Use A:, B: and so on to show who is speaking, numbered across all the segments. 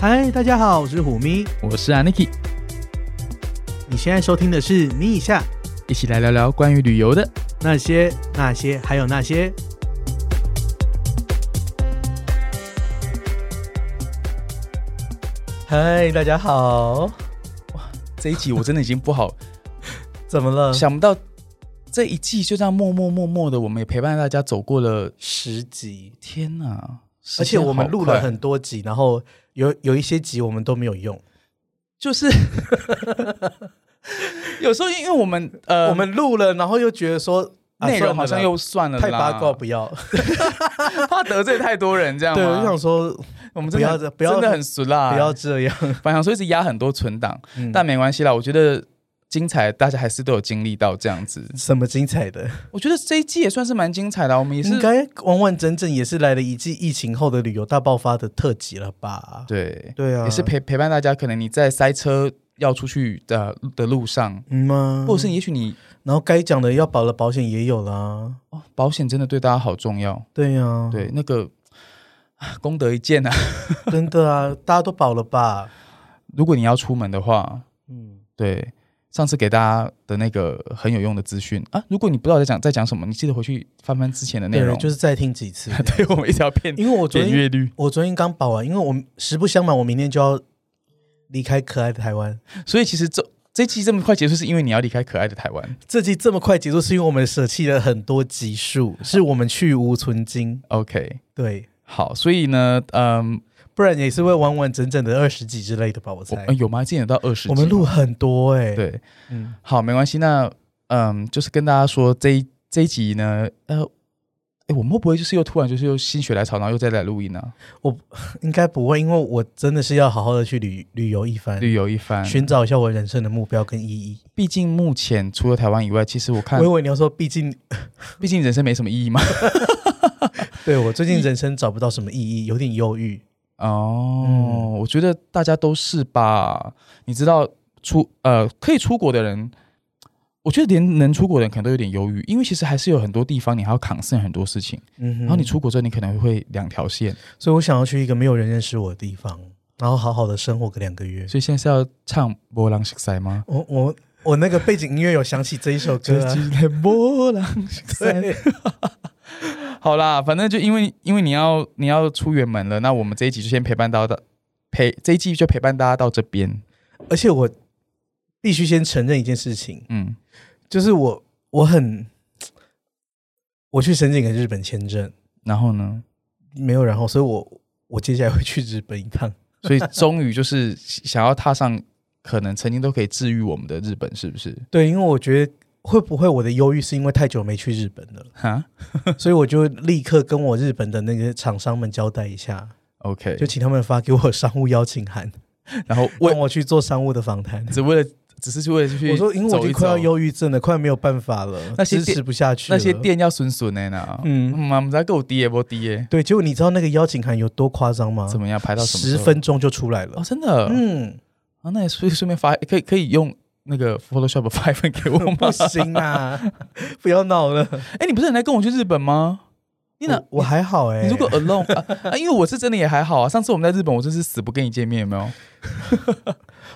A: 嗨，大家好，我是虎咪。
B: 我是 Aniki，
A: 你现在收听的是《咪一下
B: 一起来聊聊关于旅游的。
A: 那些那些还有那些》。
B: 嗨，大家好！哇，这一集我真的已经不好，
A: 怎么了？
B: 想不到这一季就这样默默默默的，我们也陪伴大家走过了。
A: 十集，
B: 天哪！
A: 而且我们录
B: 时间好
A: 了
B: 快
A: 很多集，然后有有一些集我们都没有用。
B: 就是 有时候因为我们呃
A: 我们录了，然后又觉得说啊
B: 内容好
A: 算
B: 像
A: 了啦
B: 又算了啦
A: 太八卦，不要。
B: 怕得罪太多人，这样吗
A: 对，我就想说
B: 我们
A: 不
B: 真的
A: 要这不要
B: 真的很俗啦，
A: 不要这样。
B: 反想说一直压很多存档，
A: 嗯
B: 但没关系啦，我觉得精彩大家还是都有经历到这样子。
A: 什么精彩的？
B: 我觉得这一季也算是蛮精彩的啊，我们也
A: 应
B: 是
A: 该完完整整也是来了一季疫情后的旅游大爆发的特辑了吧？
B: 对，
A: 对啊，
B: 也是陪陪伴大家。可能你在塞车要出去的的路上，
A: 嗯吗？
B: 或者是也许你
A: 然后该讲的要保的保险也有啦。
B: 哦，保险真的对大家好重要。
A: 对呀、，
B: 对，那个啊功德一件啊，
A: 真的啊，大家都保了吧？
B: 如果你要出门的话，
A: 嗯，
B: 对。上次给大家的那个很有用的资讯啊，如果你不知道在讲在讲什么，你记得回去翻翻之前的内
A: 对，
B: 容。
A: 就是是再听几次，
B: 对我们一条片
A: 因为我昨
B: 点
A: 天
B: 阅率，
A: 我昨天刚保完，因为我实不相瞒，我明天就要离开可爱的台湾。
B: 所以其实这这期这么快结束，是因为你要离开可爱的台湾。
A: 这集这么快结束，是因为我们舍弃了很多集数，是我们去无存精。
B: OK，
A: 对，
B: 好，所以呢，嗯，
A: 不然也是会完完整整的二十集之类的吧？我
B: 我
A: 猜。
B: 呃有吗？之前有到二十，
A: 我们录很多哎、
B: 对，
A: 嗯，
B: 好，没关系。那嗯，就是跟大家说这一这一集呢，呃，哎，我们会不会就是又突然就是又心血来潮，然后又再来录音啊呢、
A: 应该不会，因为我真的是要好好的去旅旅游一番，
B: 旅游一番，
A: 寻找一下我人生的目标跟意义。
B: 毕竟目前除了台湾以外，其实我看
A: 我以，为你要说，毕竟
B: 毕竟人生没什么意 义嘛。
A: 对我最近人生找不到什么意义，有点忧郁。
B: 哦，我觉得大家都是吧。你知道出呃可以出国的人，我觉得连能出国的人可能都有点忧郁，因为其实还是有很多地方你还要 concern 很多事情。
A: 嗯哼
B: 然后你出国之后，你可能会两条线，
A: 所以我想要去一个没有人认识我的地方，然后好好的生活个两个月。
B: 所以现在是要唱《波浪西塞》吗？
A: 我我我那个背景音乐有响起这一首歌、啊，
B: 在波浪西塞。
A: 对，
B: 好啦，反正就因为因为你要你要出远门了，那我们这一集就先陪伴到的陪这一季就陪伴大家到这边。
A: 而且我必须先承认一件事情，
B: 嗯，
A: 就是我我很我去申请个日本签证，
B: 然后呢？
A: 没有然后，所以我我接下来会去日本一趟。
B: 所以终于就是想要踏上可能曾经都可以治愈我们的日本，是不是？
A: 对，因为我觉得会不会我的忧郁是因为太久没去日本了，
B: 哈
A: 所以我就立刻跟我日本的那个厂商们交代一下，
B: ，OK，
A: 就请他们发给我商务邀请函，
B: 然后为
A: 问我去做商务的访谈。
B: 只为了只是为了去
A: 我说，因为我已
B: 走一
A: 经快要
B: 走
A: 忧郁症了，快没有办法了，
B: 那些
A: 支持不下去了
B: 那些，店要损损的呢，
A: 嗯
B: 嗯，我们在够低耶，不低耶，
A: 对，结果你知道那个邀请函有多夸张吗？
B: 怎么样排到什么时
A: 十
B: 候
A: 分钟就出来了
B: 哦，。真的，
A: 嗯，
B: 啊，那也顺顺便发，可以可以用那个 Photoshop 发一份给我 吗
A: 不？行 啊，不要闹了。
B: 哎，你不是很来跟我去日本吗？你哪
A: 我我还好哎、
B: 你如果 alone 啊啊，因为我是真的也还好啊。上次我们在日本，我真是死不跟你见面，有没有？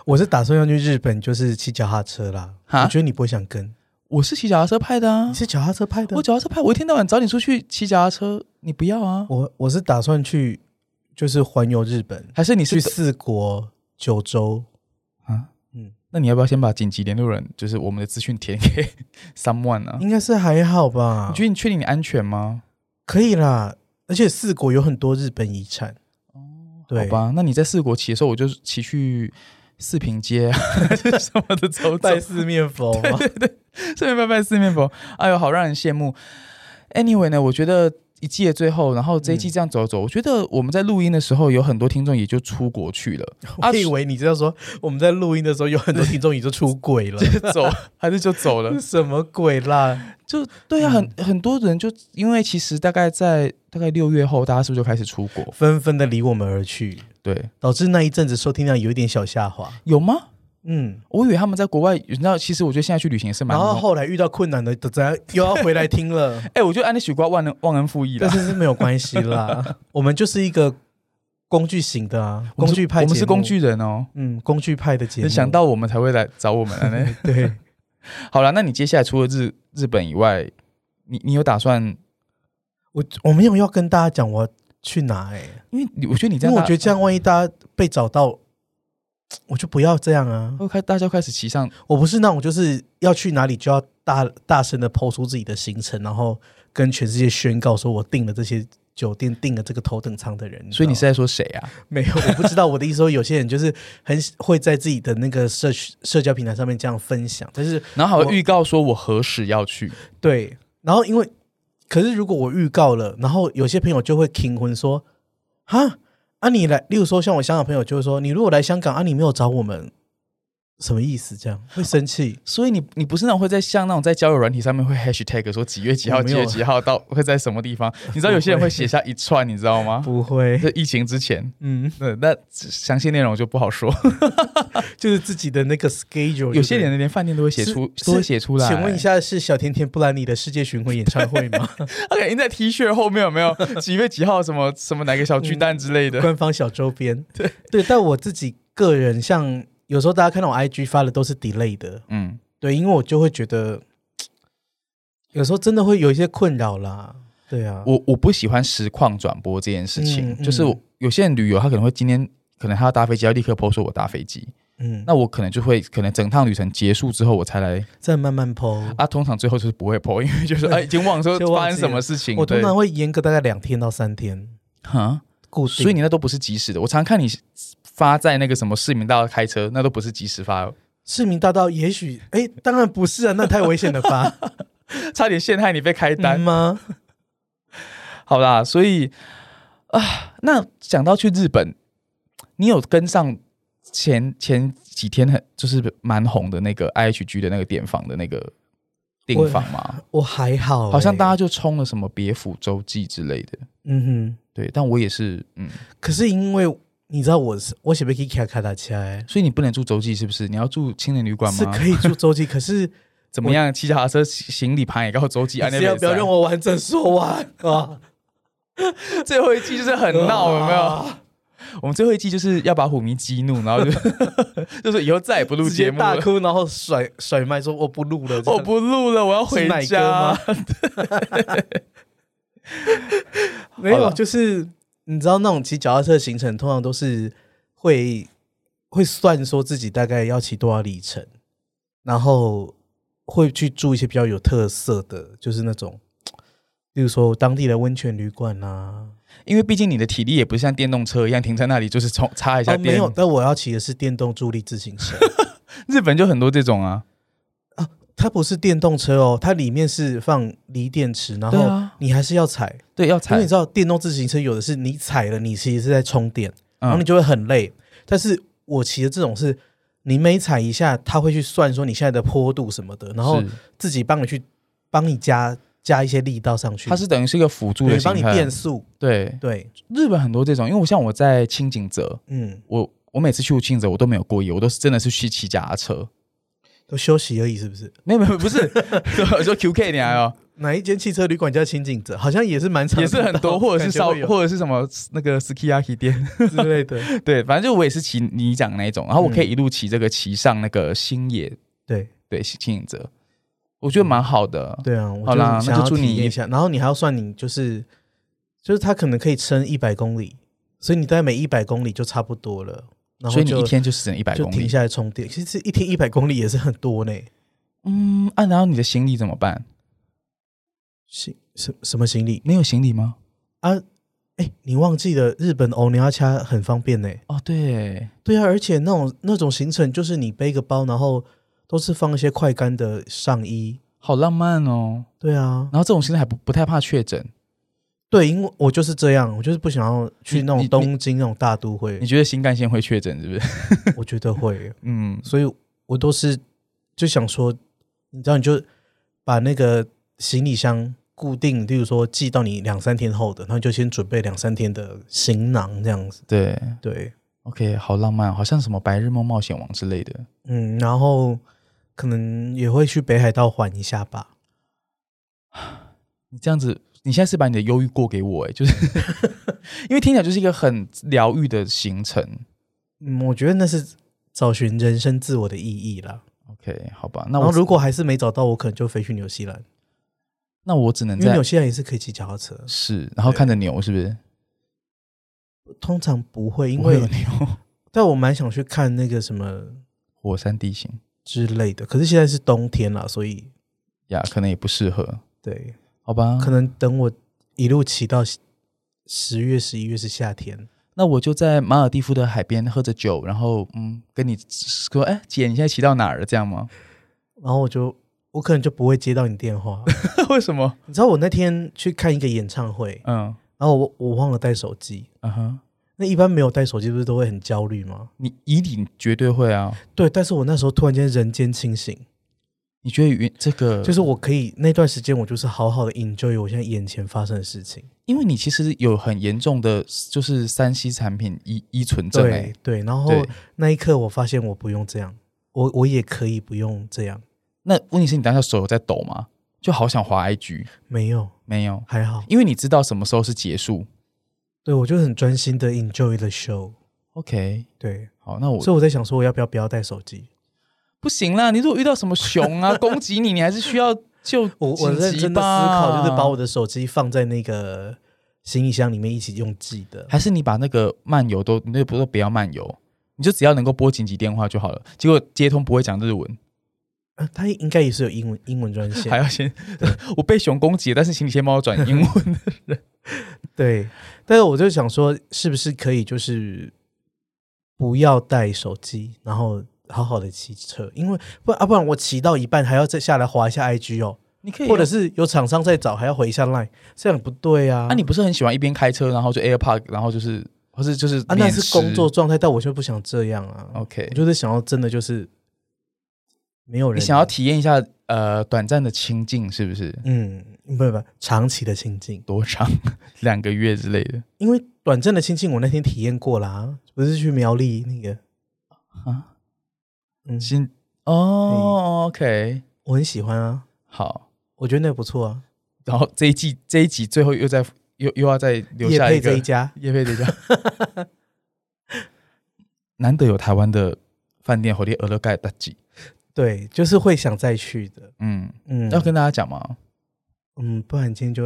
A: 我是打算要去日本，就是骑脚踏车啦。
B: 哈
A: 我觉得你不会想跟，
B: 我是骑脚踏车派的啊
A: 你，是脚踏车拍的
B: 我。脚踏车派，我一天到晚找你出去骑脚踏车，你不要啊？
A: 我我是打算去，就是环游日本，
B: 还是你是
A: 去四国、九州。
B: 啊？
A: 嗯
B: 嗯，那你要不要先把紧急联络人，就是我们的资讯填给 someone 啊？
A: 应该是还好吧
B: 你？觉得你确定你安全吗？
A: 可以啦，而且四国有很多日本遗产。哦，
B: 好
A: 对，
B: 吧，那你在四国骑的时候，我就骑去四平街啊 什么的走走，
A: 拜四面佛嘛，
B: 顺便拜拜四面佛。哎呦，好让人羡慕。Anyway 呢，我觉得一季的最后，然后这一
A: 嗯
B: 季这样走走，我觉得我们在录音的时候，有很多听众也就出国去 了，
A: 我以为你知道说我们在录音的时候有很多听众已经出轨 了，
B: 就走还是就走了
A: 这。什么鬼啦？
B: 就对啊，
A: 嗯
B: 很很多人就因为其实大概在大概六月后，大家是不是就开始出国？
A: 纷纷的离我们而去，
B: 对，
A: 导致那一阵子收听量有一点小下滑。
B: 有吗？
A: 嗯，
B: 我以为他们在国外，你知道，其实我觉得现在去旅行也是蛮
A: 然后
B: 好。
A: 后来遇到困难的，怎样又要回来听了
B: ，哎、我觉得安利许瓜忘恩忘恩负义
A: 但
B: 了。
A: 是是没有关系啦。我们就是一个工具型的啊，
B: 我们
A: 工
B: 是
A: 具派
B: 我们
A: 节
B: 是
A: 目
B: 工，具人哦。
A: 嗯，工具派的节目。
B: 想到我们才会来找我们啊呢。
A: 对，
B: 好了，那你接下来除了日日本以外，你你有打算？
A: 我我没有要跟大家讲我去哪哎、
B: 因为你我觉得你这
A: 因为
B: 样
A: 我
B: 大，
A: 觉得这样万一大家被找到，我就不要这样啊！
B: 会哦开大家开始骑上
A: 我不是那种就是要去哪里就要大大声的抛出自己的行程，然后跟全世界宣告说我订了这些酒店，订了这个头等舱的人。
B: 所以你是
A: 知道吗
B: 在说谁啊？
A: 没有？我不知道我的意思说，有些人就是很会在自己的那个社区社交平台上面这样分享，但是
B: 然后还
A: 我
B: 会预告说我何时要去，
A: 对，然后因为可是如果我预告了，然后有些朋友就会听婚说，哈啊你来，例如说像我香港朋友就会说，你如果来香港啊你没有找我们，什么意思？这样会生气。
B: 所以你你不是那种会在像那种在交友软体上面会 hashtag 说几月几号
A: 我没
B: 几
A: 有
B: 月几号到会在什么地方？你知道有些人会写下一串，你知道吗？
A: 不会，
B: 在疫情之前，
A: 嗯，
B: 对，那详细内容就不好说。
A: 就是自己的那个 schedule。
B: 有些人连饭店都会写
A: 是
B: 出，
A: 是
B: 都会写出来。
A: 请问一下，是小甜甜布兰妮的世界巡回演唱会吗？
B: 他肯定在 T 恤后面有没有几月几号什么什么哪个小巨蛋之 类的？
A: 官方小周 边。对对，但我自己个人，像有时候大家看到我 IG 发的都是 delay 的，
B: 嗯，
A: 对，因为我就会觉得，有时候真的会有一些困扰啦。对啊，
B: 我我不喜欢实况转播这件事情，
A: 嗯
B: 就是
A: 嗯
B: 我有些人旅游，他可能会今天可能他要搭飞机，要立刻 PO 说我搭飞机，
A: 嗯，
B: 那我可能就会可能整趟旅程结束之后我才来
A: 再慢慢剖。
B: 啊，通常最后就是不会 PO，因 为就是哎已经忘了说
A: 就忘记
B: 发生什么事情，
A: 我通
B: 对
A: 常会严格大概两天到三天
B: 哈，
A: 固定，
B: 所以你那都不是及时的，我常看你发在那个什么市民大道开车，那都不是及时发哦，
A: 市民大道也许哎，当然不是啊，那太危险了 吧？
B: 差点陷害你被开单
A: 难。吗？
B: 好啦，所以啊，那讲到去日本，你有跟上前前几天很就是蛮红的那个 IHG 的那个电访的那个订访 吗？
A: 我还好、
B: 好像大
A: 家
B: 家就冲了什么别府周记之类的，
A: 嗯
B: 对，但我也是，嗯，
A: 哼，可是因为你知道我是我写被 Kiki 卡打起来，
B: 所以你不能住周记是不是？你要住青年旅馆
A: 是
B: 吗？
A: 可以住周记，可是
B: 怎么样？骑脚踏车行行李盘也告周记，
A: 你是要不要让
B: 我
A: 我完整说完啊？
B: 最后一季就是很 闹，有没有？
A: 啊
B: 我们最后一季就是要把虎迷激怒，然后就 就是以后再也不录
A: 直接
B: 节目了
A: 大。哭，然后甩 甩麦说我不录了，这
B: 我
A: 样
B: 不录了，我要回
A: 是奶哥
B: 家
A: 吗。没
B: 好
A: 有，
B: 了
A: 就是你知道那种骑脚踏车的行程，通常都是会会算说自己大概要骑多少里程，然后会去住一些比较有特色的，就是那种，例如说当地的温泉旅馆啊。
B: 因为毕竟你的体力也不是像电动车一样停在那里，就是充插一下
A: 哦，没
B: 电。
A: 有，但我要骑的是电动助力自行车，
B: 日本就很多这种啊。
A: 它不是电动车哦，它里面是放锂电池，然
B: 对
A: 后
B: 啊
A: 你还是要踩，
B: 对，要
A: 因
B: 踩
A: 为你，知道电动自行车有的是你踩了，你其实是在充电，然后你
B: 嗯，
A: 就会很累。但是我骑的这种是，你每踩一下，它会去算说你现在的坡度什么的，然后
B: 是
A: 自己帮你去帮你加加一些力道上去，
B: 它是等于是一个辅助的
A: 对
B: 形
A: 帮你
B: 态
A: 变速。
B: 对，
A: 对，
B: 日本很多这种，因为我像我在清景泽，
A: 嗯，
B: 我我每次去清景泽我都没有过夜，我都是真的是去骑脚踏车。
A: 都休息而已，是不是？
B: 没有没 有，不是，我说 QK 你来 哦，
A: 哪一间汽车旅馆叫清景者？好像也是蛮常
B: 也是很
A: 看到
B: 多， 或者是
A: 感觉
B: 烧
A: 会，有
B: 或者是什么那个 skiaki 店，
A: 之类的。
B: 对，反正就我也是骑你讲那一种，然后我可以
A: 嗯
B: 一路骑这个骑上那个星野
A: 对
B: 对，吸引者，我觉得蛮好的。
A: 嗯对啊，我
B: 好啦
A: 想
B: 那
A: 要
B: 就祝
A: 体
B: 你
A: 验一下，然后你还要算你就是就是它可能可以撑一百公里，所以你大概每一百公里就差不多了，然
B: 所
A: 后
B: 以你
A: 就
B: 一天就是只能一百
A: 就
B: 公
A: 停
B: 里。
A: 下来充电。其实一天一百公里也是很多呢。
B: 嗯，啊，然后你的行李怎么办？
A: 行什什么行李
B: 没有行李吗？
A: 啊？哎，你忘记了日本欧尼亚恰很方便呢。
B: 哦，对，
A: 对啊，而且那种那种行程就是你背个包，然后都是放一些快干的上衣。
B: 好浪漫哦。
A: 对啊，
B: 然后这种行李还不不太怕确诊。
A: 对，因为我就是这样，我就是不想要去那种
B: 你你
A: 东京那种大都会
B: 你，觉得新干线会确诊是不是？
A: 我觉得会。
B: 嗯，
A: 所以我都是就想说，你知道，你就把那个行李箱固定，例如说寄到你两三天后的，然后你就先准备两三天的行囊这样子。
B: 对。
A: 对，
B: OK，好浪漫，哦好像什么《白日梦冒险王》之类的。
A: 嗯，然后可能也会去北海道缓一下吧。
B: 你这样子你现在是把你的忧郁过给我、欸，哎，就是 因为听起来就是一个很疗愈的行程。
A: 嗯，我觉得那是找寻人生自我的意义啦。
B: OK，好吧，那
A: 然
B: 我
A: 后如果还是没找到，我可能就飞去纽西兰，
B: 那我只能
A: 因为
B: 在
A: 纽西兰也是可以骑脚踏车。
B: 是，然后看着牛是不是？
A: 通常不会，因
B: 不会有
A: 为
B: 牛，
A: 但我蛮想去看那个什么
B: 火山地形
A: 之类的，可是现在是冬天啦，所以
B: 呀，可能也不适合，
A: 对，
B: 好吧？
A: 可能等我一路骑到十月、十一月是夏天。
B: 那我就在马尔蒂夫的海边喝着酒，然后嗯，跟你说，哎，姐，你现在骑到哪儿了？这样吗？
A: 然后我就我可能就不会接到你电 话。
B: 为什么？
A: 你知道我那天去看一个演唱会，
B: 嗯
A: 然后我我忘了带手机。
B: 嗯哼，
A: 那一般没有带手机不是都会很焦虑吗？
B: 你一定绝对会啊！
A: 对，但是我那时候突然间人间清醒，
B: 你觉得云这个，
A: 就是我可以那段时间我就是好好的 enjoy 我现在眼前发生的事情。
B: 因为你其实有很严重的就是三 C 产品依依存症、
A: 对
B: 欸，
A: 对，然后
B: 对
A: 那一刻我发现我不用这样，我我也可以不用这样，
B: 那问题是你当下手有在抖吗？就好想滑 IG，
A: 没有
B: 没有，
A: 还好。
B: 因为你知道什么时候是结束。
A: 对我就很专心的 enjoy the show。
B: OK，
A: 对，
B: 好，那我
A: 所以我在想说我要不要不要带手机？
B: 不行啦。你如果遇到什么熊 啊攻击你，你还是需要救
A: 我我认
B: 紧急
A: 真的思
B: 吧
A: 考，就是把我的手机放在那个行李箱里面一起用寄的。
B: 还是你把那个漫游都，你那不是不要漫游，你就只要能够拨紧急电话就好了。结果接通不会讲日文，
A: 啊它应该也是有英文英文专
B: 还
A: 线。
B: 要先 我被熊攻击了，但是请你先帮我转 英文。
A: 对，但是我就想说，是不是可以就是不要带手机，然后好好的骑车，因为不啊，不然我骑到一半还要再下来滑一下 IG 哦，
B: 你可以
A: 或者
B: 是
A: 是有厂商在找还要回一下 Line，这样不对啊。
B: 啊，你不是很喜欢一边开车，然后就 AirPod，然后就是或是就是
A: 啊，那
B: 免
A: 是
B: 时
A: 工作状态，但我就不想这样啊。
B: OK
A: 我。就是想要真的就是没有人，
B: 你想要体验一下呃短暂的清静是不是？
A: 嗯，不不不，长期的亲近，
B: 多长 两个月之类的
A: 因为短暂的亲近我那天体验过啦，不是去苗栗那个，
B: 啊？
A: 嗯，
B: 先哦，OK，
A: 我很喜欢啊，
B: 好。
A: 我觉得那个不错啊，
B: 然后这一季这一集最后又在又又要再留
A: 叶
B: 下一
A: 配
B: 个
A: 这一家，
B: 叶配这家， 难得有台湾的饭店火力俄勒盖大吉，
A: 对，就是会想再去的，
B: 嗯，
A: 嗯，
B: 要跟大家讲吗？
A: 嗯，不然今 天就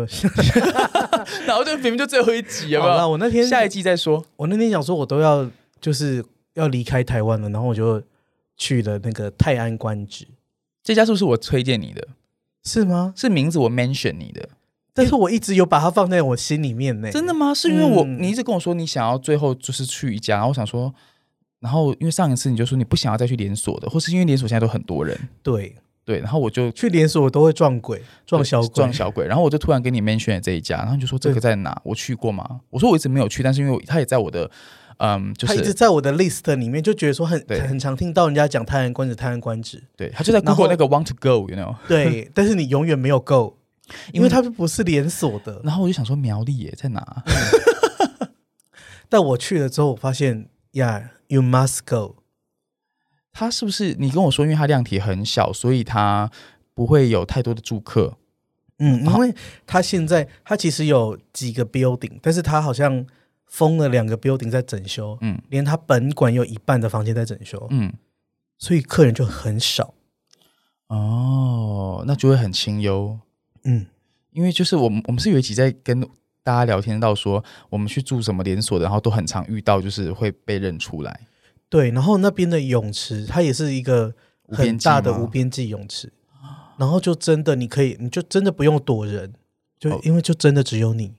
B: 然后就明明就最后一集，有没
A: 好啦
B: 有？
A: 我那天
B: 下一季再说。
A: 我那天想说，我都要就是要离开台湾了，然后我就去了那个泰安官职，
B: 这家是不是我推荐你的？
A: 是吗？
B: 是名字我 mention 你的，
A: 但是我一直有把它放在我心里面呢、
B: 真的吗？是因为我、
A: 嗯
B: 你一直跟我说你想要最后就是去一家，然后我想说，然后因为上一次你就说你不想要再去连锁的，或是因为连锁现在都很多人，
A: 对，
B: 对，然后我就
A: 去连锁我都会撞鬼、撞小鬼、
B: 撞小鬼。然后我就突然给你 mention 了这一家，然后你就说这个在哪？我去过吗？我说我一直没有去，但是因为我他也在我的，嗯，就
A: 他一直
B: 是
A: 在我的 list 里面，就觉得说很
B: 对
A: 很常听到人家讲泰安官职、泰安官 职，
B: 对他就在
A: 然
B: Google
A: 后
B: 那个 want to go，you know。
A: 对，但是你永远没有够，因
B: 因
A: 为
B: 为
A: 它不是连锁的。
B: 然后我就想说苗栗耶在哪？
A: 但我去了之后，我发现呀、y o u must go，
B: 他是不是你跟我说，因为它量体很小，所以它不会有太多的住客？
A: 嗯，因
B: 好
A: 为它现在它其实有几个 building，但是它好像封了两个 building 在整修，
B: 嗯
A: 连它本馆有一半的房间在整修，
B: 嗯，
A: 所以客人就很少。
B: 哦，那就会很清幽。
A: 嗯，
B: 因为就是我们我们是有一集在跟大家聊天到说，我们去住什么连锁的，然后都很常遇到，就是会被认出来。
A: 对，然后那边的泳池，它也是一个
B: 无边
A: 很
B: 际
A: 大的
B: 吗
A: 无边际泳池，然后就真的你可以，你就真的不用躲人，就
B: 哦
A: 因为就真的只有你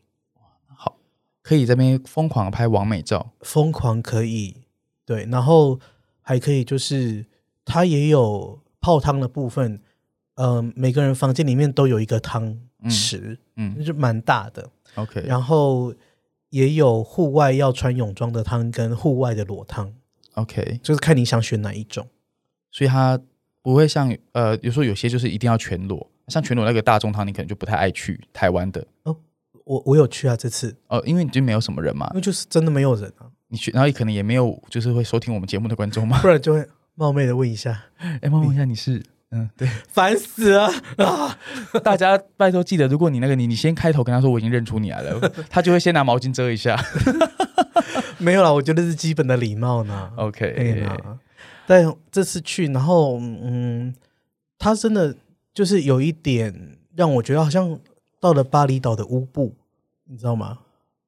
B: 好，可以在那边疯狂地拍完美照。
A: 疯狂可以对，然后还可以就是它也有泡汤的部分，呃，每个人房间里面都有一个汤池，
B: 嗯
A: 那就蛮大的，
B: ，OK，
A: 然后也有户外要穿泳装的汤跟户外的裸汤，
B: OK，
A: 就是看你想选哪一种。
B: 所以它不会像呃，有时候有些就是一定要全裸，像全裸那个大众汤，你可能就不太爱去台湾的
A: 我我有去啊，这次
B: 哦、因为你就没有什么人嘛
A: 因，为就是真的没有人啊，
B: 你去，然后也可能也没有就是会收听我们节目的观众嘛。
A: 不然就会冒昧的问一下，
B: 哎，问一下你是嗯，对，
A: 烦死了啊！
B: 大家拜托记得，如果你那个你，你先开头跟他说我已经认出你来了，他就会先拿毛巾遮一下。
A: 没有啦，我觉得是基本的礼貌呢。 对啊
B: OK，
A: 啦，但这次去，然后嗯，他真的就是有一点让我觉得好像到了巴厘岛的乌布，你知道吗？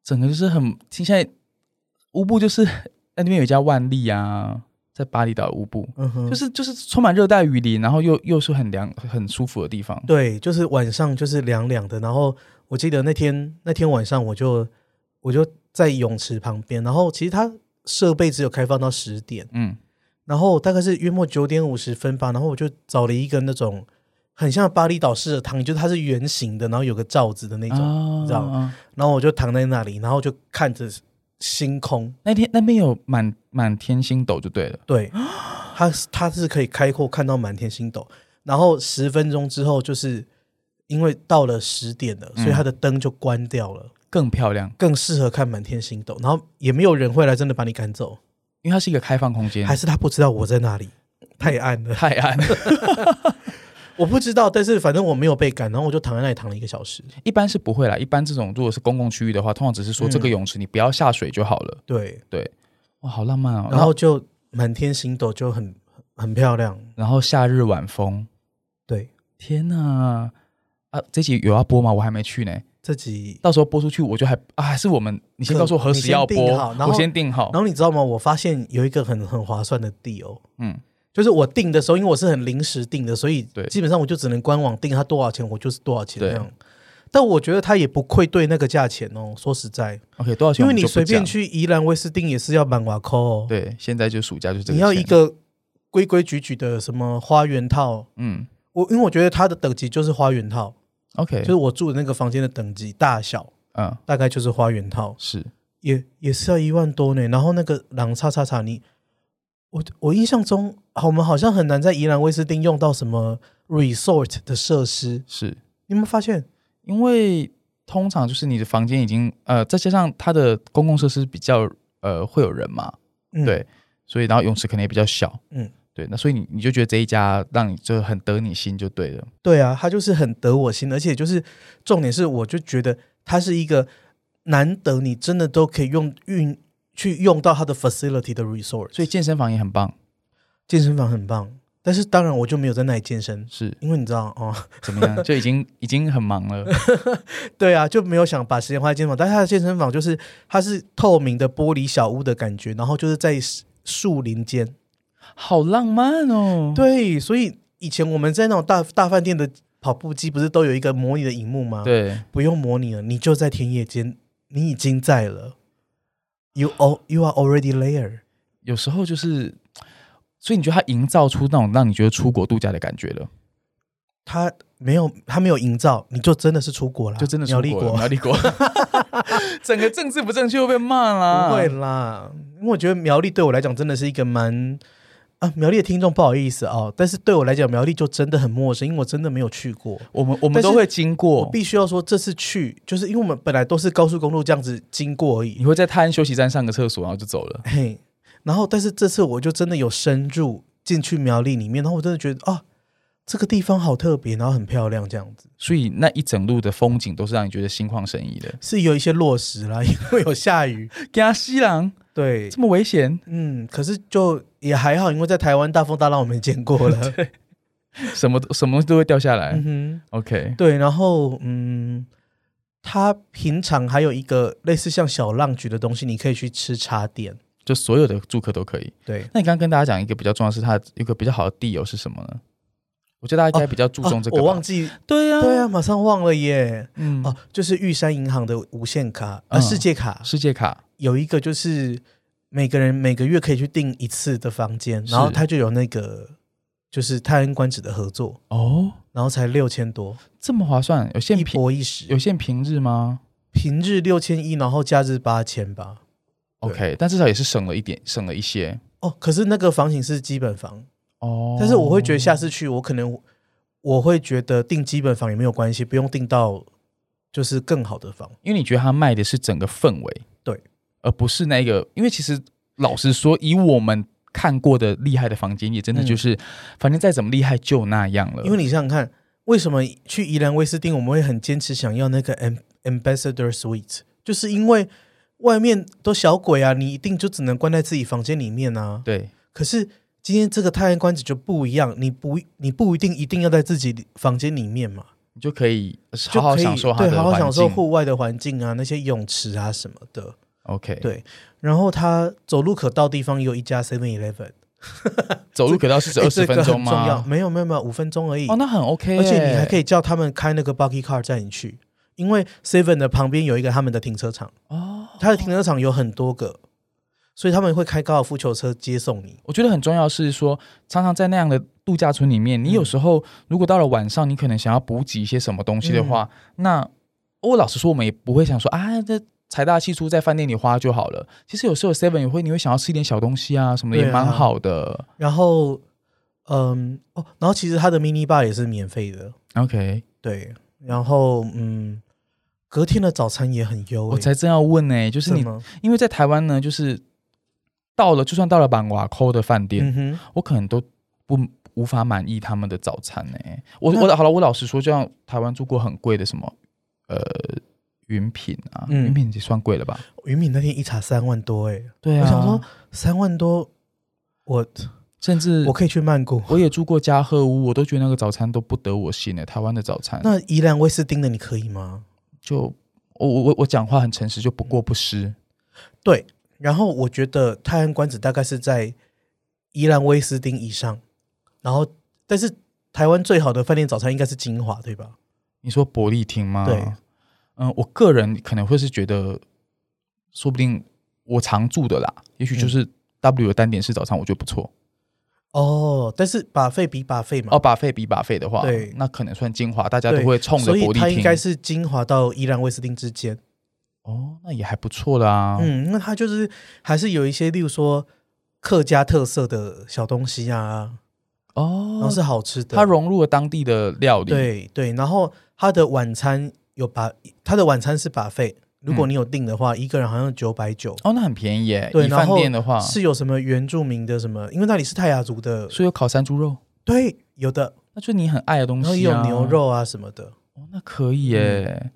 B: 整个就是很现在乌布就是那边有一家万利啊，在巴厘岛乌布，
A: 嗯哼，
B: 就是就是充满热带雨林，然后又又是很凉很舒服的地方。
A: 对，就是晚上就是凉凉的。然后我记得那天那天晚上，我就我就在泳池旁边，然后其实它设备只有开放到十点，
B: 嗯，
A: 然后大概是约莫九点五十分吧，然后我就找了一个那种很像巴厘岛式的汤，就是它是圆形的，然后有个罩子的那种，
B: 啊
A: 知道然后我就躺在那里，然后就看着星空。
B: 那天那边有满满天星斗就对了。
A: 对，它是它是可以开阔看到满天星斗，然后十分钟之后，就是因为到了十点了，所以它的灯就关掉了，
B: 更漂亮，
A: 更适合看满天星斗。然后也没有人会来真的把你赶走，
B: 因为它是一个开放空间
A: 还，是他不知道我在哪里，太暗了，
B: 太暗。
A: 我不知道。但是反正我没有被赶，然后我就躺在那里躺了一个小时。
B: 一般是不会啦，一般这种如果是公共区域的话，通常只是说这个泳池你不要下水就好了。
A: 对，
B: 对，哇，好浪漫哦。
A: 然后就满天星斗就很很很漂亮。
B: 然后夏日晚风，
A: 对，
B: 天呐！啊，这集有要播吗？我还没去呢，
A: 这集。
B: 到时候播出去我就还啊，还是我们你先
A: 可
B: 告诉我何
A: 你
B: 时
A: 先
B: 要
A: 定
B: 播
A: 好然，后
B: 我先定好
A: 然。后你知道吗？我发现有一个很很划算的地哦，
B: 嗯，
A: 就是我订的时候，因为我是很临时订的，所以
B: 对
A: 基本上我就只能官网订它多少钱，我就是多少钱
B: 对
A: 这样。但我觉得它也不愧对那个价钱哦，说实在，
B: OK，多少钱
A: 因
B: 我
A: 为
B: 们
A: 你
B: 就不
A: 随
B: 讲？
A: 便去宜兰威斯汀也是要满瓦扣哦，
B: 对，现在就暑假就这个。
A: 你要一，个规规矩矩的什么花园套。
B: 嗯
A: 我因为我觉得它的等级就是花园套，
B: ，OK，
A: 就是我住的那个房间的等级大小
B: 嗯，
A: 大概就是花园套，
B: 是
A: 也也是要一万多呢。然后那个朗叉叉叉，你我我印象中，好我们好像很难在宜兰威斯汀用到什么 resort 的设施。
B: 是，
A: 你有没有发现？
B: 因为通常就是你的房间已经呃，再加上它的公共设施比较呃会有人嘛，
A: 嗯
B: 对，所以然后泳池可能也比较小，
A: 嗯，
B: 对，那所以你你就觉得这一家让你就很得你心就对了，
A: 对啊，他就是很得我心，而且就是重点是，我就觉得它是一个难得你真的都可以用运去用到它的 facility 的 resort，
B: 所以健身房也很棒，
A: 健身房很棒。但是当然，我就没有在那里健身，
B: 是
A: 因为你知道哦，
B: 怎么样？就 已经已经很忙了，
A: 对啊，就没有想把时间花在健身房，但是他的健身房就是它是透明的玻璃小屋的感觉，然后就是在树林间。
B: 好浪漫哦。，
A: 对，所以以前我们在那种大大饭店的跑步机，不是都有一个模拟的荧幕吗？，
B: 对，
A: 不用模拟了，你就在田野间，你已经在了。You all you are already there。
B: 有时候就是，所以你觉得它营造出那种让你觉得出国度假的感觉了，
A: 他没有他没有营造，你就真的是出国了，
B: 就真的出
A: 苗栗
B: 国了，苗栗国， 整个政治不正确又被骂啦，
A: 不会啦，因为我觉得苗栗对我来讲真的是一个蛮啊，苗栗的听众不好意思哦，但是对我来讲苗栗就真的很陌生，因为我真的没有去过。
B: 我们我
A: 但
B: 们
A: 是
B: 都会经
A: 我
B: 过，
A: 必须要说，这次去就是因为我们本来都是高速公路这样子经过而已，
B: 你会在泰安休息站上个厕所，然后就走了。
A: 嘿，然后但是这次我就真的有深入进去苗栗里面，然后我真的觉得啊，这个地方好特别，然后很漂亮，这样子
B: 所以那一整路的风景都是让你觉得心旷神怡的。
A: 是有一些落石啦， 因为有下雨，
B: 加西郎
A: 对，
B: 这么危险，
A: 嗯，可是就也还好，因为在台湾大风大浪我们也见过了，
B: 什么什么东西都会掉下来。
A: 嗯哼。
B: OK，
A: 对，然后嗯，它平常还有一个类似像小浪菊的东西，你可以去吃茶点。
B: 就所有的住客都可以。
A: 对，
B: 那你刚刚跟大家讲一个比较重要的是，它有一个比较好的地友是什么呢？我觉得大家应该比较注重这个、
A: 哦我忘。记，
B: 对呀、
A: 对啊，马上忘了耶。
B: 嗯，
A: 哦，就是玉山银行的无限卡，呃，
B: 嗯
A: 世界卡
B: 世界卡
A: 有一个就是每个人每个月可以去订一次的房间，然后
B: 是
A: 它就有那个就是泰恩官职的合作，
B: 哦，
A: 然后才六千多，
B: 这么划算，有限
A: 一
B: 平
A: 博一十，
B: 有限平日吗
A: 平日六千一，然后假日八千吧。对
B: ？OK，但至少也是省了一点，省了一些
A: 哦，可是那个房型是基本房，
B: 哦。
A: 但是我会觉得下次去，我可能我会觉得订基本房也没有关系，不用订到就是更好的房。
B: 因为你觉得他卖的是整个氛围，
A: 对，
B: 而不是那个，因为其实老实说，以我们看过的厉害的房间，也真的就是，反正再怎么厉害就那样了。
A: 嗯因为你想想看，为什么去宜兰威斯汀我们会很坚持想要那个 am- ambassador suite，就是因为外面都小鬼啊，你一定就只能关在自己房间里面啊。
B: 对
A: 可是今天这个太阳官子就不一样，你不你不一定一定要在自己房间里面嘛，
B: 你就可以
A: 就
B: 好好
A: 可以
B: 享受它
A: 对，
B: 的
A: 好好
B: 环
A: 享受
B: 境。
A: 户外的环境啊，那些泳池啊什么的。
B: OK，
A: 对然后他走路可到地方有一家 Seven Eleven，
B: 走路可到四十
A: 哎
B: 二十
A: 这个
B: 分钟
A: 很重要
B: 吗？
A: 没有没有没有，五分钟而已。
B: 哦，那很 OK，耶
A: 而且你还可以叫他们开那个 bucky car 载你去，因为 Seven 的旁边有一个他们的停车场，
B: 哦。
A: 他的停车场有很多个，所以他们会开高尔夫球车接送你。
B: 我觉得很重要是说，常常在那样的度假村里
A: 嗯
B: 面，你有时候如果到了晚上，你可能想要补给一些什么东西的话，
A: 嗯
B: 那我老实说，我们也不会想说啊，这财大气粗在饭店里花就好了。其实有时候 Seven 也会，你会想要吃一点小东西啊什么的，
A: 对啊
B: 也蛮好的。
A: 然后，嗯，哦，然后其实他的 mini bar 也是免费的，
B: OK，
A: 对。然后，嗯，隔天的早餐也很优、欸，
B: 哦我才正要问呢、就是
A: 什
B: 你
A: 么？
B: 因为在台湾呢，就是到了就算到了板瓦扣的饭店，
A: 嗯哼，
B: 我可能都不无法满意他们的早餐呢、我
A: 那
B: 我好了，我老实说，就像台湾住过很贵的什么呃云品啊，
A: 嗯
B: 云品也算贵了吧？
A: 云敏那天一查三万多、欸，
B: 对
A: 哎、
B: 啊，
A: 我想说三万多，我
B: 甚至
A: 我
B: 我
A: 可以去曼谷。
B: 我也住过嘉禾屋，我都觉得那个早餐都不得我心呢、欸台湾的早餐
A: 那宜兰威斯汀的你可以吗？
B: 就我我我我讲话很诚实，就不过不
A: 嗯
B: 失。
A: 对，然后我觉得泰安官子大概是在宜兰威斯汀以上，然后但是台湾最好的饭店早餐应该是金华，对吧？
B: 你说伯利厅吗？
A: 对
B: 嗯、我个人可能会是觉得，说不定我常住的啦，也许就
A: 嗯
B: 是 W 的单点式早餐，我觉得不错。
A: 哦，但是把费比把费嘛，
B: 哦，把费比把费的话，
A: 对
B: 那可能算精华，大家
A: 对
B: 都会冲着
A: 所以
B: 伯利
A: 它应
B: 厅。
A: 该是金华到宜兰威斯汀之间。
B: 哦，那也还不错啦。
A: 嗯，那它就是还是有一些，例如说客家特色的小东西啊，然后
B: 哦，
A: 是好吃的。
B: 它融入了当地的料理。，
A: 对对，然后它的晚餐有把它的晚餐是把费，如果
B: 嗯啊
A: 你有订的话，一个人好像九百九。
B: 哦，那很便宜耶。
A: 对
B: 以
A: 然
B: 饭
A: 后
B: 店的话，
A: 是有什么原住民的什么，因为那里是泰雅族的，
B: 所以有烤山猪肉，
A: 对，有的，
B: 那就你很爱的东
A: 然
B: 西、啊。
A: 后也有牛，肉嗯啊什么的。
B: 哦，那可以耶。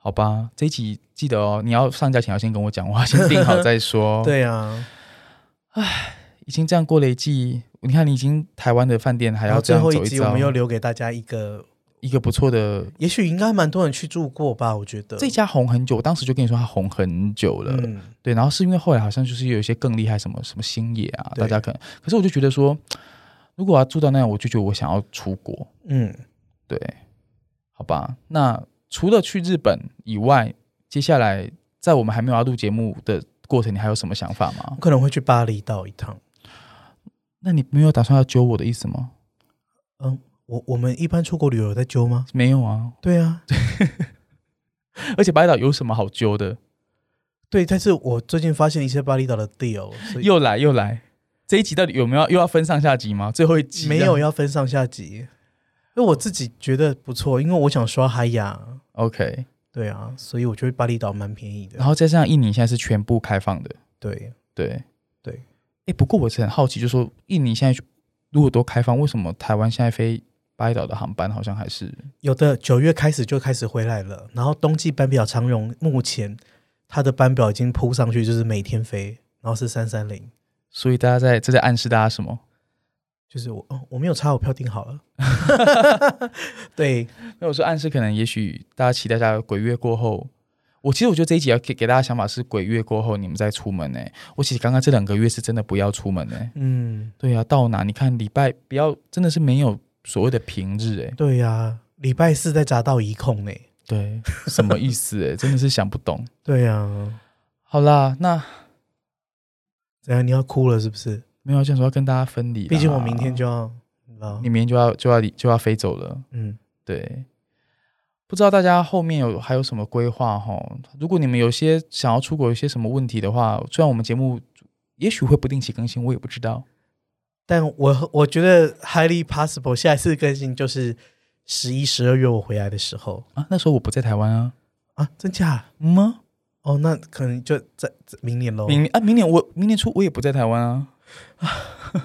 B: 好吧，这一集记得哦，你要上架前要先跟我讲，我要先订 好再说。，
A: 对啊，
B: 已经这样过了一季，你看你已经台湾的饭店还
A: 然
B: 要
A: 后
B: 这
A: 最
B: 样
A: 后
B: 走
A: 一
B: 一
A: 集我
B: 遭，
A: 们又留给大家一个，
B: 一个不错的
A: 也许应该蛮多人去住过吧，我觉得。
B: 这家红很久，我当时就跟你说它红很久了，
A: 呃嗯，
B: 对，然后是因为后来好像就是有一些更厉害什么什么星野啊，
A: 对
B: 大家可能，可是我就觉得说，如果我要住到那样，我就觉得我想要出国，
A: 嗯，
B: 对，好吧，那除了去日本以外，接下来在我们还没有要录节目的过程，你还有什么想法吗
A: 我？可能会去巴厘岛一趟。
B: 那你没有打算要揪我的意思吗？
A: 我我们一般出国旅游有在揪吗？
B: 没有啊，
A: 对啊，
B: 而且巴厘岛有什么好揪的？
A: 对，但是我最近发现一些巴厘岛的 deal，所以
B: 又来又来，这一集到底有没有又要分上下集吗？最后一集啊
A: 没有要分上下集。因为我自己觉得不错，因为我想刷海雅，
B: ，OK，
A: 对啊，所以我觉得巴厘岛蛮便宜的
B: 然。后再加上印尼现在是全部开放的。
A: 对，
B: 对
A: 对，
B: 哎，不过我是很好奇，就说印尼现在如果都开放，为什么台湾现在飞巴厘岛的航班好像还是
A: 有的九月开始就开始回来了，然后冬季班表长荣目前它的班表已经铺上去，就是每天飞，然后是三三零，
B: 所以大家在这在暗示大家什么？
A: 就是我哦，我没有查，我票订好 了。 对，
B: 没有说暗示，可能也许大家期待一下鬼月过后。我其实我觉得这一集要给给大家想法是鬼月过后你们再出门呢、我其实刚刚这两个月是真的不要出门呢、
A: 嗯，
B: 对啊，到哪你看礼拜不要真的是没有所谓的平日哎、
A: 对呀、礼拜四在匝道一控呢。
B: 对，什么意思哎、真的是想不懂。
A: 对呀、
B: 好啦，那
A: 怎样？你要哭了是不是？
B: 没有想说要跟大家分离啦，
A: 毕竟我明天就要，你知道
B: 你，明天就要就要离就要飞走了。
A: 嗯，
B: 对，不知道大家后面有还有什么规划哈？如果你们有些想要出国，有些什么问题的话，虽然我们节目也许会不定期更新，我也不知道。
A: 但我我觉得 highly possible 下一次更新就是十一、十二月我回来的时候
B: 啊，那时候我不在台湾啊，
A: 啊，真假？
B: 嗯吗？
A: 哦，那可能就在在明年喽。
B: 明啊，明年我明年初我也不在台湾啊，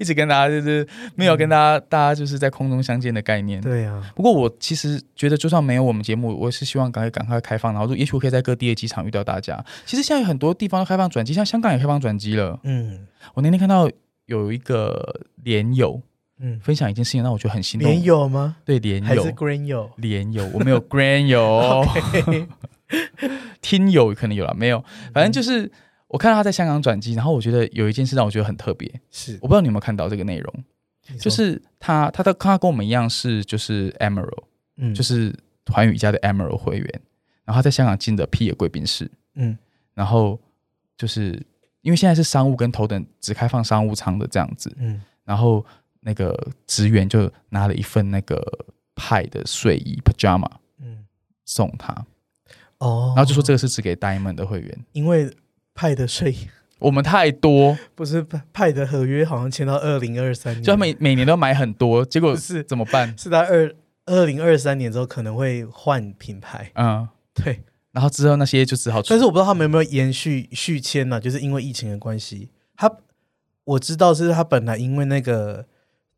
B: 一直跟大家就是没有跟大家、大家就是在空中相见的概念。
A: 对啊，
B: 不过我其实觉得，就算没有我们节目，我是希望赶快赶快开放，然后也许我可以在各地的机场遇到大家。其实现在有很多地方都开放转机，像香港也开放转机了。
A: 嗯
B: 我那天看到有一个连友
A: 嗯，
B: 分享一件事情，让我觉得很心动。
A: 莲友吗？
B: 对连
A: 还是
B: 友，
A: Green 友？
B: 连友，我没有 grand 友，听友可能有了，没有，反正就是我看到他在香港转机，然后我觉得有一件事让我觉得很特别，
A: 是
B: 我，不知道你有没有看到这个内容，
A: 你
B: 就
A: 说
B: 是他他他他跟我们一样是就是 Emerald。
A: 嗯
B: 就是团宇家的 Emerald 会员，然后他在香港进的 P 野贵宾室，
A: 嗯
B: 然后就是因为现在是商务跟头等只开放商务舱的这样子，
A: 嗯
B: 然后那个职员就拿了一份那个派的睡衣 pajama
A: 嗯
B: 送他，
A: 哦，
B: 然后就说这个是只给 Diamond 的会员，
A: 因为派的税
B: 我们太多，
A: 不是派派的合约好像签到二零二三年，
B: 就他每每年都买很多，结 果
A: 不是
B: 怎么办？
A: 是在二二零二三年之后可能会换品牌，
B: 嗯，
A: 对，
B: 然后之后那些就只好出
A: 但是我不知道他们有没有延续续签呢、啊就是因为疫情的关系，他我知道是他本来因为那个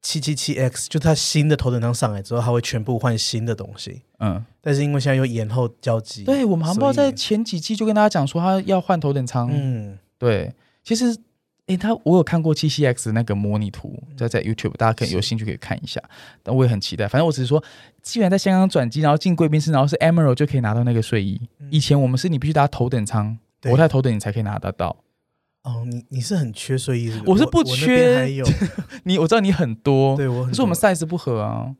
A: 七七七 X，就他新的头等舱上来之后，他会全部换新的东西，
B: 嗯，
A: 但是因为现在又延后交集，
B: 对我们航报
A: 所以
B: 在前几季就跟大家讲说他要换头等舱，
A: 嗯
B: 对，其实，诶，他我有看过七七 X 那个模拟图，在在 YouTube，大家可以
A: 嗯是
B: 有兴趣可以看一下。但我也很期待，反正我只是说，既然在香港转机，然后进贵宾室，然后是 Emerald 就可以拿到那个睡衣。
A: 嗯
B: 以前我们是你必须搭头等舱，
A: 对
B: 我在头等你才可以拿得到。
A: 哦，你你是很缺睡衣是不是，
B: 我是不
A: 那
B: 缺
A: 边还 有，
B: 你我知道你很多，
A: 对我很
B: 可是我们
A: 多
B: size 不合啊。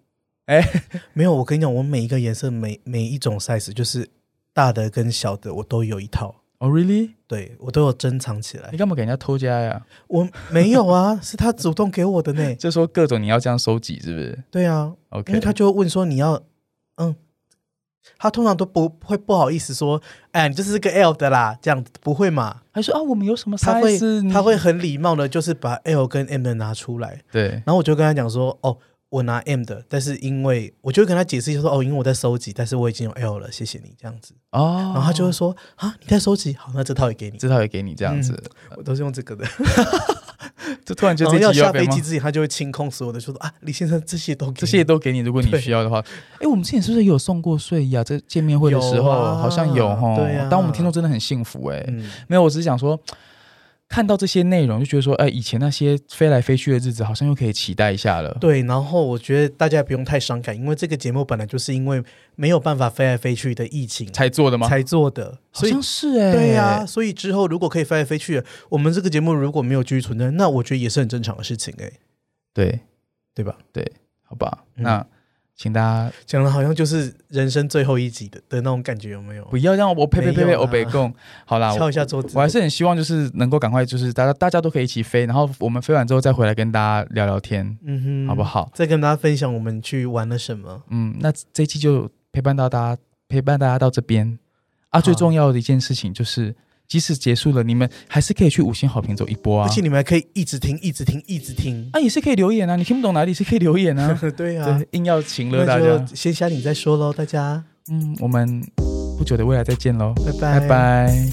A: 没有，我跟你讲，我每一个颜色每每一种 size 就是大的跟小的我都有一套，
B: 哦、r e a l l y
A: 对我都有珍藏起来
B: 你。干嘛给人家偷家呀？
A: 我没有啊，是他主动给我的呢。
B: 就说各种你要这样收集，是不是
A: 对啊，因
B: ？OK，
A: 为他就会问说你要，嗯，他通常都不会不好意思说，哎，你就是个 L 的啦，这样不会嘛？
B: 他说啊，我们有什么 size？
A: 他会
B: 你
A: 他会很礼貌的，就是把 L 跟 M 的拿出来，
B: 对，
A: 然后我就跟他讲说，哦，我拿 M 的，但是因为我就会跟他解释一下说，哦，因为我在收集，但是我已经有 L 了，谢谢你这样子。
B: 哦，
A: 然后他就会嗯说，啊，你在收集，好，那这套也给你。
B: 这套也给你这样子，
A: 我都是用这个的。
B: 就突然就
A: 然
B: 这
A: 后
B: 集
A: 要下
B: 又要被
A: 飞
B: 骂
A: 机之前，他就会清空所有的，说啊，李先生这些都给你
B: 这些都给你，如果你
A: 对
B: 需要的话。哎，我们之前是不是也有送过睡衣啊？在见面会的时
A: 有
B: 候、
A: 啊
B: 好像有哈。
A: 对啊
B: 但我们听众真的很幸福哎、
A: 嗯，
B: 没有，我只是想说，看到这些内容就觉得说，哎，以前那些飞来飞去的日子，好像又可以期待一下了。
A: 对，然后我觉得大家也不用太伤感，因为这个节目本来就是因为没有办法飞来飞去的疫情
B: 才做的吗？
A: 才做的，
B: 好
A: 所以
B: 像是哎、
A: 对呀、所以之后如果可以飞来飞去，我们这个节目如果没有继续存在，那我觉得也是很正常的事情哎、
B: 对，
A: 对吧？
B: 好吧，
A: 嗯
B: 那请大家
A: 讲的好像就是人生最后一集的的那种感觉，有没有？
B: 不要让我呸呸呸
A: 没
B: 呸，
A: 有啦
B: 我北贡。好啦，
A: 敲
B: 我
A: 一下桌子
B: 我，还是很希望就是能够赶快就是大家大家都可以一起飞，然后我们飞完之后再回来跟大家聊聊天，
A: 嗯哼，
B: 好不？好？
A: 再跟大家分享我们去玩了什么。
B: 嗯，那这一期就陪伴到大家，陪伴大家到这边啊。
A: 好
B: 最重要的一件事情就是，即使结束了，你们还是可以去五星好评走一波啊
A: 而。且你们还可以一直听，一直听，一直听。
B: 啊，也是可以留言啊，你听不懂哪里是可以留言啊。
A: 对啊
B: 对，，硬要请了大
A: 那
B: 家
A: 就。先下你再说喽，大家
B: 嗯，我们不久的未来再见喽，
A: 拜
B: 拜
A: 拜。
B: 拜。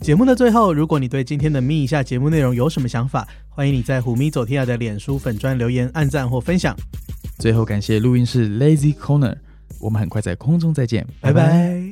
A: 节目的最后，如果你对今天的咪一下节目内容有什么想法，欢迎你在虎咪走天涯的脸书粉专留言、按赞或分享。
B: 最后感谢录音室 Lazy Corner，我们很快在空中再见，
A: 拜拜